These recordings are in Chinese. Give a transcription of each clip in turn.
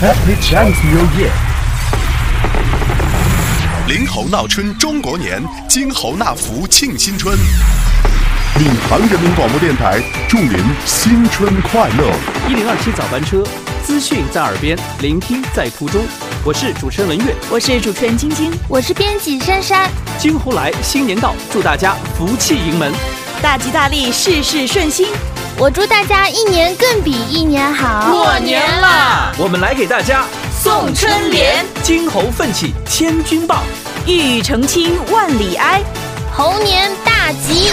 Happy Chinese New Year！临猴闹春中国年，金猴纳福庆新春。闵行人民广播电台祝您新春快乐！一零二七早班车，资讯在耳边，聆听在途中。我是主持人文月，我是主持人晶晶，我是编辑珊珊。金猴来，新年到，祝大家福气盈门，大吉大利，事事顺心。我祝大家一年更比一年好！过年啦！我们来给大家送春联：金猴奋起千钧棒，玉玉澄清万里埃，猴年大吉。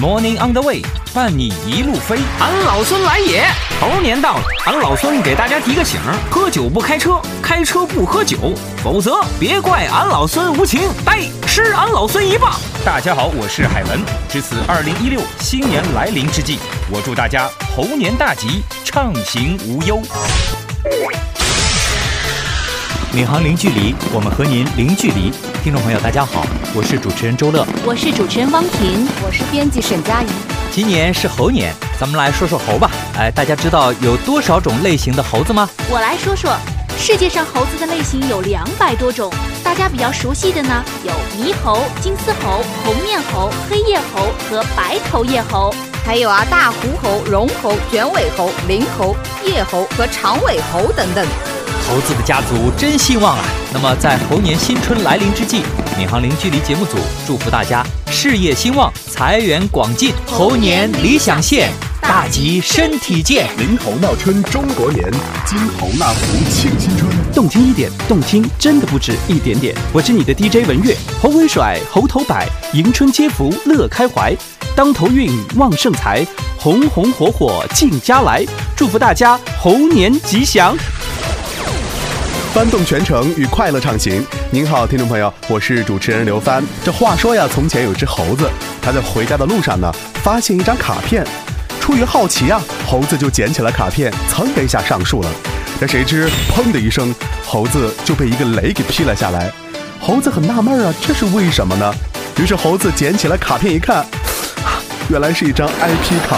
Morning on the way，伴你一路飞。俺老孙来也！猴年到了，俺老孙给大家提个醒：喝酒不开车，开车不喝酒，否则别怪俺老孙无情，呆吃俺老孙一棒。大家好，我是海文。值此二零一六新年来临之际，我祝大家猴年大吉，畅行无忧。闵行零距离，我们和您零距离。听众朋友，大家好，我是主持人周乐，我是主持人汪婷，我是编辑沈佳怡。今年是猴年，咱们来说说猴吧。哎，大家知道有多少种类型的猴子吗？我来说说，世界上猴子的类型有两百多种。大家比较熟悉的呢，有猕猴、金丝猴、红面猴、黑叶猴和白头叶猴，还有啊大狐猴、绒猴、卷尾猴、灵猴、叶猴和长尾猴等等。猴子的家族真兴旺啊！那么在猴年新春来临之际，闵行零距离节目组祝福大家事业兴旺、财源广进，猴年理想现，大吉身体健。临猴闹春中国年，金猴纳福庆新春。动听一点，动听真的不止一点点。我是你的 DJ 文月，猴尾甩，猴头摆，迎春接福乐开怀，当头运旺盛财，红红火火进家来。祝福大家猴年吉祥！翻动全城，与快乐畅行。您好，听众朋友，我是主持人刘帆。这话说呀，从前有只猴子，它在回家的路上呢，发现一张卡片。出于好奇啊，猴子就捡起了卡片，噌的一下上树了。但谁知砰的一声，猴子就被一个雷给劈了下来。猴子很纳闷啊，这是为什么呢？于是猴子捡起了卡片一看， 原来是一张 IP 卡。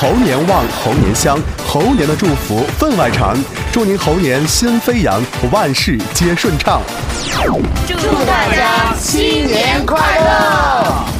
猴年旺，猴年香，猴年的祝福分外长。祝您猴年心飞扬，万事皆顺畅。祝大家新年快乐！